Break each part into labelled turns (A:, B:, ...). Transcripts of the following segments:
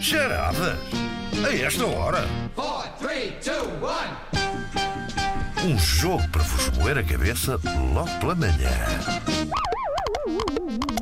A: Charadas? A esta hora?
B: four, three, two, one.
A: Um jogo para vos moer a cabeça logo pela manhã.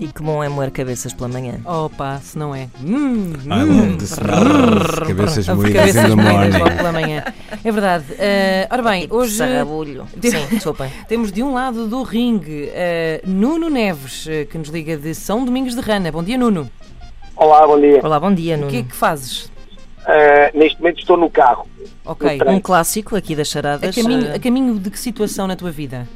C: E que bom é moer cabeças pela manhã.
D: Opa, se não é. hum.
E: Ah, bom, de se- cabeças
D: Houve
E: moídas in
D: cabeças moídas
E: the morning.
D: logo pela manhã. É verdade. Ah, ora bem, hoje
C: Tipo
D: Tipo
C: Sarrabulho.
D: Deu-
C: Sim, desculpem.
D: temos de um lado do ringue ah, Nuno Neves, ah, que nos liga de São Domingos de Rana. Bom dia, Nuno.
F: Olá, bom dia.
C: Olá, bom dia, Nuno.
D: O que é que fazes?
F: Eh, neste momento estou no carro.
D: Ok.
F: Outra.
C: Um clássico aqui das
D: É A
C: charadas.
D: caminho,
C: eh,
D: a caminho de que situação na tua vida?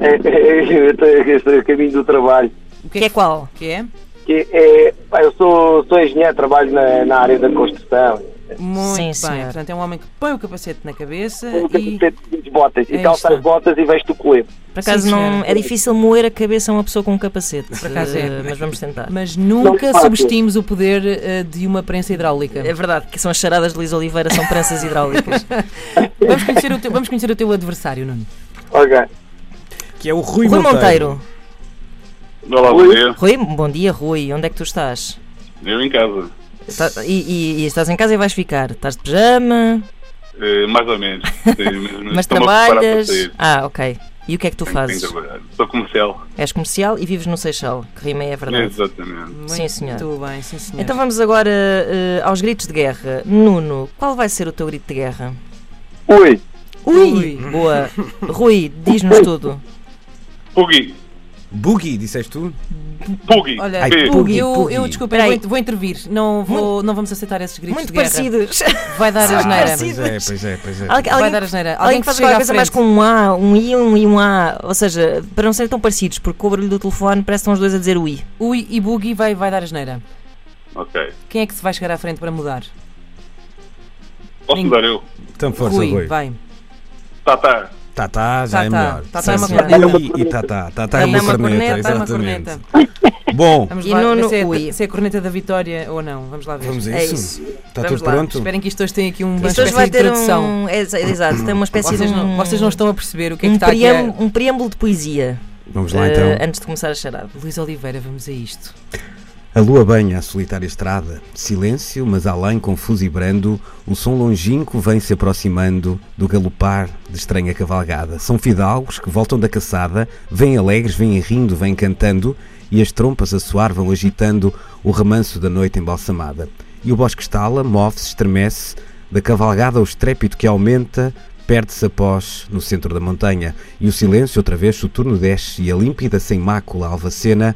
F: Eh, eh, estou- estou a caminho do trabalho.
D: O
C: que é qual?
D: Que é?
F: Que, eh, pá, eu sou, sou engenheiro, trabalho na, na área da construção.
D: Muito
C: Sim,
D: bem.
C: senhor.
D: Portanto, é um homem que põe o capacete na cabeça
F: Tenho
D: e.
F: capacete de botas
D: Aí
F: e calça
D: está.
F: as botas e vejo o colete.
C: Por acaso
D: Sim,
C: não.
D: senhora.
C: É difícil moer a cabeça a uma pessoa com um capacete. Por
D: acaso é.
C: Mas vamos tentar.
D: Mas nunca
F: Não faço.
D: subestimes o poder ah, de uma prensa hidráulica.
C: É verdade que são as charadas de Luís Oliveira, são prensas hidráulicas.
D: Vamos conhecer o teu, vamos conhecer o teu adversário, Nuno.
F: Ok.
E: Que é o Rui,
C: Rui Monteiro.
G: Olá, bom
F: Oi.
G: dia.
C: Rui, bom dia, Rui. Onde é que tu estás?
G: Eu em casa.
C: Tá- e, e- e estás em casa e vais ficar? Estás de pijama,
G: Eh, mais ou menos. Sim, mesmo.
C: mas
G: Estou-me a preparar
C: trabalhas.
G: para sair.
C: Ah, ok. E o que é que tu
G: Tenho-
C: fazes?
G: tenho que trabalhar. Sou comercial.
C: És comercial e vives no Seixal, que rima é verdade.
G: Exatamente.
C: Sim, senhor.
D: Muito bem, sim, senhor.
C: Então vamos agora eh, aos gritos de guerra. Nuno, qual vai ser o teu grito de guerra?
F: Ui,
D: Ui.
C: Boa. Rui, diz-nos tudo.
G: Pugui.
E: Boogie, disseste tu?
G: Pugui.
D: Olha,
E: Ai,
G: P.
D: eu,
E: Pugui,
D: eu,
E: Pugui.
D: eu, desculpa,
C: Peraí.
D: eu vou, vou intervir. Não, vou, não vamos aceitar esses gritos
C: Muito
D: de guerra.
C: parecidos.
D: Vai dar a asneira.
E: pois é, pois é, pois é.
C: Algu-
D: Vai dar asneira.
C: Alguém, que
D: Alguém que
C: faz
D: chega
C: qualquer
D: à
C: coisa mais com
D: frente.
C: um A, um I, um I, um A. Ou seja, para não serem tão parecidos, porque o barulho do telefone parece que estão os dois a dizer ui.
D: Ui e Boogie vai, vai dar a asneira.
G: Ok.
D: Quem é que se vai chegar à frente para mudar?
G: Posso
D: Ninguém-
G: dar eu?
E: Então força,
D: Rui,
E: Rui.
D: vai.
G: Tatá.
E: Tatá já é
D: Tatá.
E: melhor.
D: Tatá é uma
E: Sim,
D: corneta.
E: Rui e Tatá. Tatá é
C: Tatá
E: uma
C: é uma
E: corneta,
C: corneta,
D: é uma
E: exatamente.
D: corneta.
E: Bom,
D: Vamos
C: E
D: lá
C: Nuno,
D: ver se
C: ui.
D: é, se é a corneta da vitória ou não. Vamos lá ver.
E: vamos a
C: É
E: isso. Está
C: Vamos
E: tudo
C: lá.
E: pronto?
D: Esperem que isto hoje tem aqui um uma
C: Isto hoje
D: espécie
C: vai
D: de
C: ter
D: tradução.
C: um. é, exa- Exato, tem uma espécie
D: Vocês,
C: de. Um,
D: não, vocês não estão a perceber o que é que
C: um,
D: está aqui.
C: preâmbulo,
D: A...
C: um preâmbulo de poesia
E: Vamos lá
C: eh,
E: então.
C: antes de começar a charada.
D: Luís Oliveira, vamos a isto.
E: A lua banha a solitária estrada. Silêncio, mas além confuso e brando, o som longínquo vem se aproximando do galopar de estranha cavalgada. São fidalgos que voltam da caçada, vêm alegres, vêm rindo, vêm cantando, e as trompas a soar vão agitando o remanso da noite embalsamada. E o bosque estala, move-se, estremece, da cavalgada o estrépito que aumenta, perde-se após no centro da montanha, e o silêncio outra vez soturno desce, e a límpida sem mácula alvacena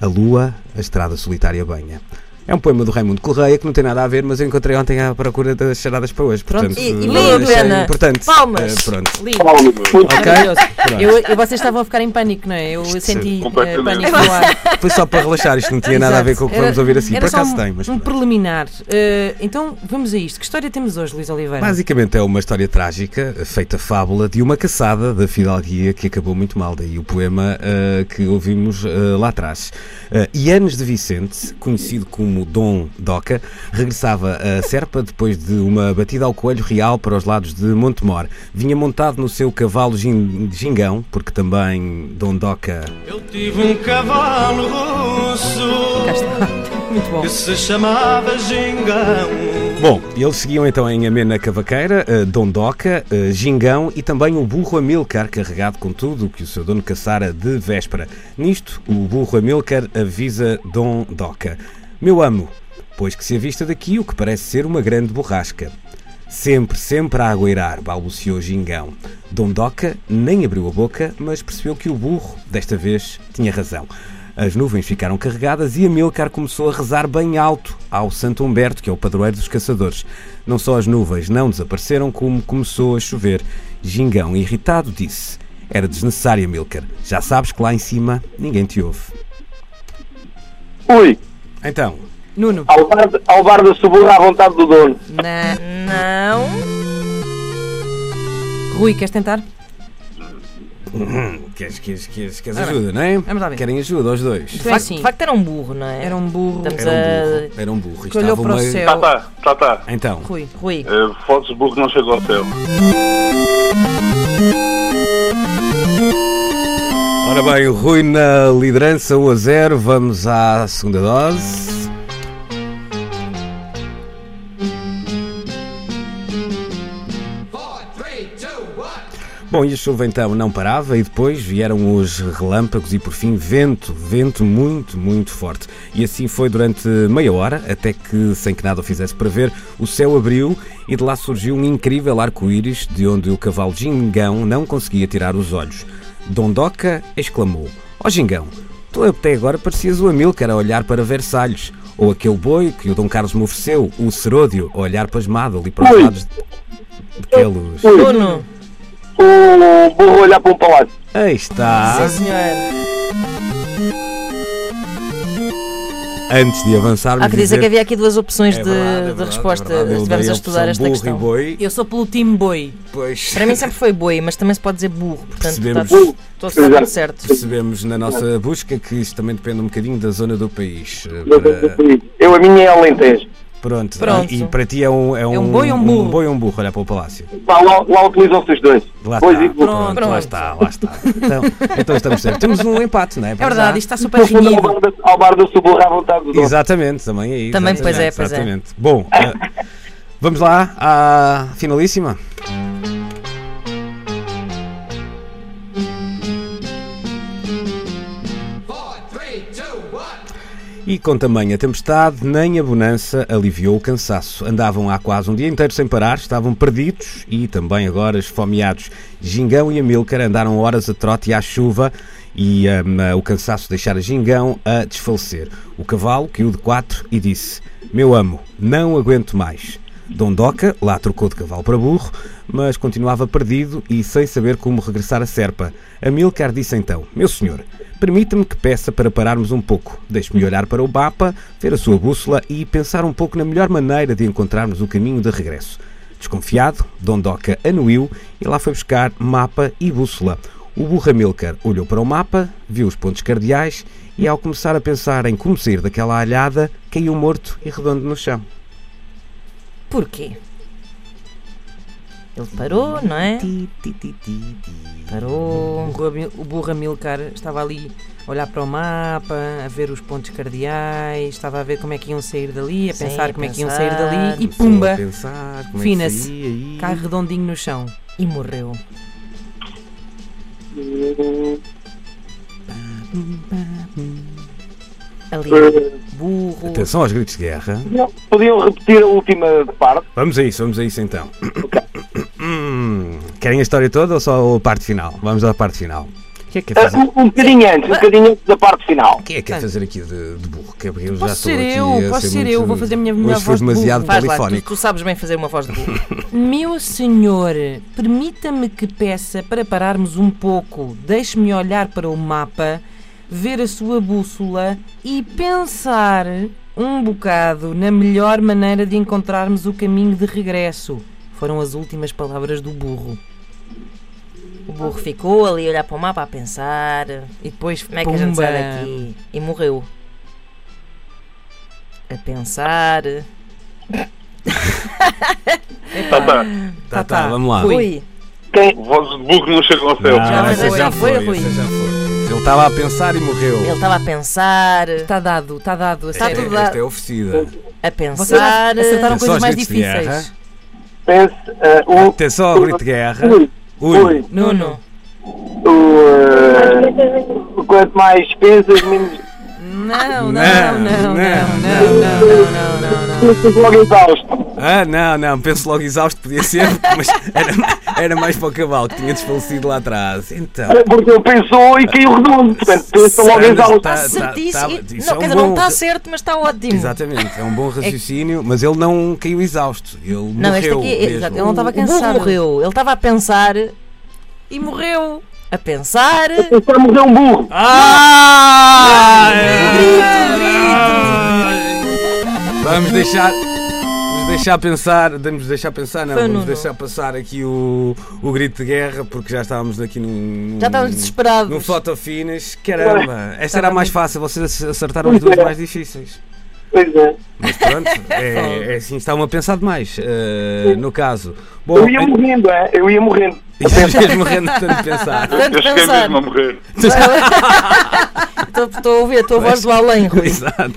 E: a Lua, a Estrada Solitária Banha. É um poema do Raimundo Correia que não tem nada a ver, mas eu encontrei ontem à procura das charadas para hoje.
C: Pronto,
E: Portanto,
C: e- e
E: eh,
C: valeu a
E: achei
C: pena.
E: Importante.
C: Palmas.
E: Eh, pronto.
D: Lindo.
F: Paulo, muito
D: Maravilhoso. Eu, eu- vocês estavam a ficar em pânico, não é? Eu senti eh,
G: completamente.
D: pânico no ar.
E: Foi só para relaxar, isto não tinha nada a ver com o que
D: Era-
E: vamos ouvir assim.
D: era
E: Por
D: só
E: acaso
D: um,
E: tem, mas.
D: Um
E: pronto.
D: preliminar. Eh, então, vamos a isto. Que história temos hoje, Luís Oliveira?
E: Basicamente é uma história trágica, feita fábula, de uma caçada da fidalguia que acabou muito mal, daí o poema ah, que ouvimos ah, lá atrás. Ah, Ianes de Vicente, conhecido como Dom Doca, regressava a Serpa depois de uma batida ao coelho real para os lados de Montemor. Vinha montado no seu cavalo gin- gingão, porque também Dom Doca
H: Eu tive um cavalo russo
D: Muito bom.
H: que se chamava Gingão.
E: Bom, eles seguiam então em Amena Cavaqueira, eh, Dondoca, eh, Gingão e também o burro Amilcar, carregado com tudo o que o seu dono caçara de véspera. Nisto, o burro Amilcar avisa Dondoca: Meu amo, pois que se avista daqui o que parece ser uma grande borrasca. Sempre, sempre a agueirar, balbuciou Gingão. Dondoca nem abriu a boca, mas percebeu que o burro, desta vez, tinha razão. As nuvens ficaram carregadas e Amilcar começou a rezar bem alto ao Santo Humberto, que é o padroeiro dos caçadores. Não só as nuvens não desapareceram, como começou a chover. Gingão, irritado, disse: Era desnecessário, Amilcar. Já sabes que lá em cima ninguém te ouve.
F: Ui,
E: Então,
D: Nuno.
F: ao bar, de- ao bar da suburra à vontade do dono.
D: Na...
C: Não.
D: Rui, queres tentar?
E: queres, queres, queres, queres
D: Ah, bem.
E: ajuda, não é?
D: Vamos lá ver.
E: Querem ajuda aos dois?
D: Tu és assim.
C: De facto era um burro, não é?
D: Era um burro.
C: Estamos
E: Era um burro.
C: a.
E: Era um burro. E
D: Que olhou
E: estava
D: para o
E: meio-
D: céu.
F: Tá,
G: Tatá. Tatá.
E: Então,
D: Rui.
C: Rui.
G: Eh, Fotos burro não chegou ao céu.
E: Ora bem, o Rui na um liderança 1 a 0, vamos à segunda dose. Bom, e a chuva então não parava e depois vieram os relâmpagos e por fim vento, vento muito, muito forte. E assim foi durante meia hora, até que, sem que nada o fizesse prever, o céu abriu e de lá surgiu um incrível arco-íris de onde o cavalo Gingão não conseguia tirar os olhos. Dondoca exclamou: Ó Gingão, tu até agora parecias o Amilcar a olhar para Versalhes, ou aquele boi que o Dom Carlos me ofereceu, o Seródio, a olhar pasmado ali para os lados de- daqueles.
C: Nuno,
F: O burro olhar para um palácio.
E: Aí está.
D: Sim, senhor.
E: Antes de avançarmos,
C: há que dizer é que havia aqui duas opções
E: É
C: de,
E: verdade, é
C: de
E: verdade,
C: resposta.
E: é verdade. Eu
C: Estivemos
E: dei
C: a estudar
E: opção
C: esta
E: burro
C: questão.
E: E boi,
D: Eu sou pelo time boi.
E: pois
C: Para mim sempre foi boi, mas também se pode dizer burro. Portanto,
E: Percebemos.
C: Estou a estar
F: Exato.
C: tudo certo.
E: percebemos na nossa busca que isto também depende um bocadinho da zona do país. eh, para-
F: Eu, a minha é Alentejo.
E: Pronto,
C: Pronto.
E: E, e para ti é um, é um,
D: boi ou um burro?
E: boi ou um burro, olha para o palácio.
F: Pá, lá, lá utilizam-se os dois.
E: Lá
F: Pois
E: está.
F: e burro.
E: Pronto, lá está, lá está. Então, então estamos certos. Temos um empate, não é?
D: É
E: Para
D: verdade,
E: já.
D: isto está super
F: No fundo, ao
D: renhido.
F: bar da- ao bar do suburro à vontade do dono.
E: Exatamente, também é isso.
C: Também,
E: exatamente,
C: pois é, pois é.
E: Exatamente. Bom, eh, vamos lá à finalíssima.
B: Four, three, two, one.
E: E com tamanha tempestade, nem a bonança aliviou o cansaço. Andavam há quase um dia inteiro sem parar, estavam perdidos e também agora esfomeados. Gingão e Amilcar andaram horas a trote e à chuva e hum, o cansaço deixara Gingão a desfalecer. O cavalo caiu de quatro e disse: Meu amo, não aguento mais. Dondoca lá trocou de cavalo para burro, mas continuava perdido e sem saber como regressar a Serpa. Amilcar disse então: Meu senhor, permita-me que peça para pararmos um pouco. Deixe-me olhar para o mapa, ver a sua bússola e pensar um pouco na melhor maneira de encontrarmos o caminho de regresso. Desconfiado, Dondoca anuiu e lá foi buscar mapa e bússola. O burro Amilcar olhou para o mapa, viu os pontos cardeais e, ao começar a pensar em como sair daquela alhada, caiu morto e redondo no chão.
C: Porquê? Ele parou, não é?
D: O
C: Parou.
D: burro Amil- O burro Amilcar estava ali a olhar para o mapa, a ver os pontos cardeais, estava a ver como é que iam sair dali, a
C: Sim,
D: pensar
C: a
D: como é que iam
C: pensar.
D: sair dali e
E: Começou a
D: pumba,
E: pensar, como é que
D: Fina-se.
E: saía aí?
D: cai redondinho no chão.
C: E morreu. Ali, burro.
E: Atenção aos gritos de guerra.
F: Eh, Não, Podiam repetir a última parte.
E: Vamos a isso, vamos a isso então. Hum, Querem a história toda ou só a parte final? Vamos à parte final. O que é que é
F: Ah,
E: fazer, o
F: Um, um bocadinho antes, um bocadinho antes da parte final.
E: que é que é fazer aqui de, de burro? Que é eu já
D: Posso
E: estou
D: ser
E: aqui
D: eu,
E: a
D: posso
E: ser
D: ser
E: muito-
D: eu, vou fazer a minha melhor
E: Hoje foi
D: voz de burro.
E: demasiado
C: Faz lá, tu,
E: polifónico.
C: tu sabes bem fazer uma voz de burro.
D: Meu senhor, permita-me que peça para pararmos um pouco. Deixe-me olhar para o mapa, ver a sua bússola e pensar um bocado na melhor maneira de encontrarmos o caminho de regresso. Foram as últimas palavras do burro.
C: O burro ficou ali a olhar para o mapa a pensar.
D: E depois,
C: Como é que a gente
D: pumba,
C: sai daqui? E morreu. A pensar. Ah.
G: Tata,
D: Tá,
E: Tá, tá,
D: tá.
E: vamos lá.
D: Fui.
C: Ui,
G: voz de burro não chega ao céu.
E: Não,
C: foi,
E: essa
C: já foi, Rui.
E: essa já foi. Ele estava a pensar e
C: ele
E: morreu.
C: estava a pensar.
D: Está tá dado, está dado. a
C: Está
D: sério.
C: tudo
E: Esta-
C: lá.
E: Esta é oferecida.
C: A
D: Vocês
C: pensar.
D: tá acertaram
E: Só os
D: coisas mais
E: gritos de guerra.
D: difíceis.
F: Pense, ah, o,
E: Atenção ao grito de guerra.
F: Ui.
E: Ui.
D: Nuno,
F: o, ah, quanto mais pensas, menos
D: Não, não,
E: Não,
D: não, não, não, não,
E: não.
D: não, não, não, não.
F: pensas logo exausto.
E: Ah, não, não, penso logo exausto, podia ser, mas era, era mais para o cavalo que tinha desfalecido lá atrás. Então.
F: Uh, Porque ele pensou e caiu redondo. Portanto, pensa logo
E: Sandra,
F: exausto.
E: tá-
C: Está certíssimo.
E: tá-
C: E-
E: isso é
C: não,
E: um
C: quer dizer, não
E: bom-
C: está certo, mas está ótimo.
E: Exatamente, é um bom raciocínio, mas ele não caiu exausto. Ele
C: Não,
E: morreu
C: este aqui. é-
E: mesmo.
C: Exato,
D: Ele não estava
C: o Um burro
D: cansado.
C: morreu. Ele estava a pensar.
D: E morreu.
C: A pensar.
F: Pensar morreu um burro.
E: Ah! Vamos deixar. Vamos deixar pensar, vamos deixar pensar, não,
C: Foi o
E: vamos
C: Nuno.
E: deixar passar aqui o, o grito de guerra, porque já estávamos aqui num.
C: Já estávamos desesperados.
E: No Fotofinas, caramba, esta era a mais fácil, vocês acertaram as duas mais difíceis.
F: Pois é.
E: Mas pronto, é, é assim, estavam a pensar demais, eh, no caso. Bom,
F: Eu ia morrendo, é? Eu ia morrendo.
E: e mesmo rendo tanto de pensar.
C: Tanto
G: Eu cheguei
C: pensar.
G: é mesmo a morrer.
C: Estou- Estou a ouvir a tua voz do além, Rui.
E: Exato.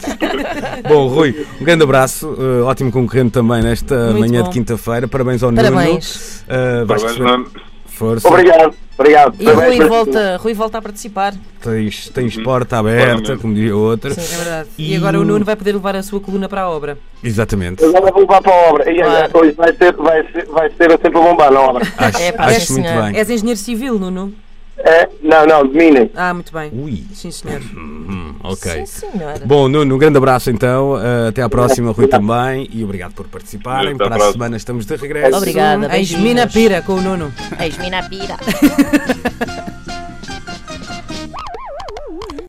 E: Bom, Rui, um grande abraço, eh, ótimo concorrente também nesta
D: Muito
E: manhã
D: bom.
E: de quinta-feira. Parabéns ao
C: Parabéns.
E: Nuno. Eh, vais
G: Parabéns,
E: receber-
G: Nuno.
E: Força.
F: Obrigado, obrigado.
C: E
F: Parabéns
C: Rui
F: por-
C: volta, Rui volta a participar.
E: Tens, tens porta aberta,
G: Claramente.
E: como diria outro.
D: Sim, é verdade. E agora o Nuno vai poder levar a sua coluna para a obra.
E: Exatamente.
F: Agora vou levar para a obra. E,
C: Claro.
F: Hoje vai ser, vai, ser, vai ser eu sempre a bombar na obra.
E: Acho,
C: É, pá,
E: acho
C: sim,
E: muito
C: senhor.
E: bem.
D: És engenheiro civil, Nuno?
F: É, não, não, de Minas.
D: Ah, muito bem.
E: Ui,
D: Sim, senhor.
E: hum, ok.
C: Sim, senhora.
E: Bom, Nuno, um grande abraço então. eh, até à próxima, Rui também. E obrigado por participarem.
G: Até à
E: Para a
G: próxima.
E: semana estamos de regresso.
C: Obrigada,
D: Eis
C: beijinhos.
D: mina pira com o Nuno.
C: Eis-me na pira.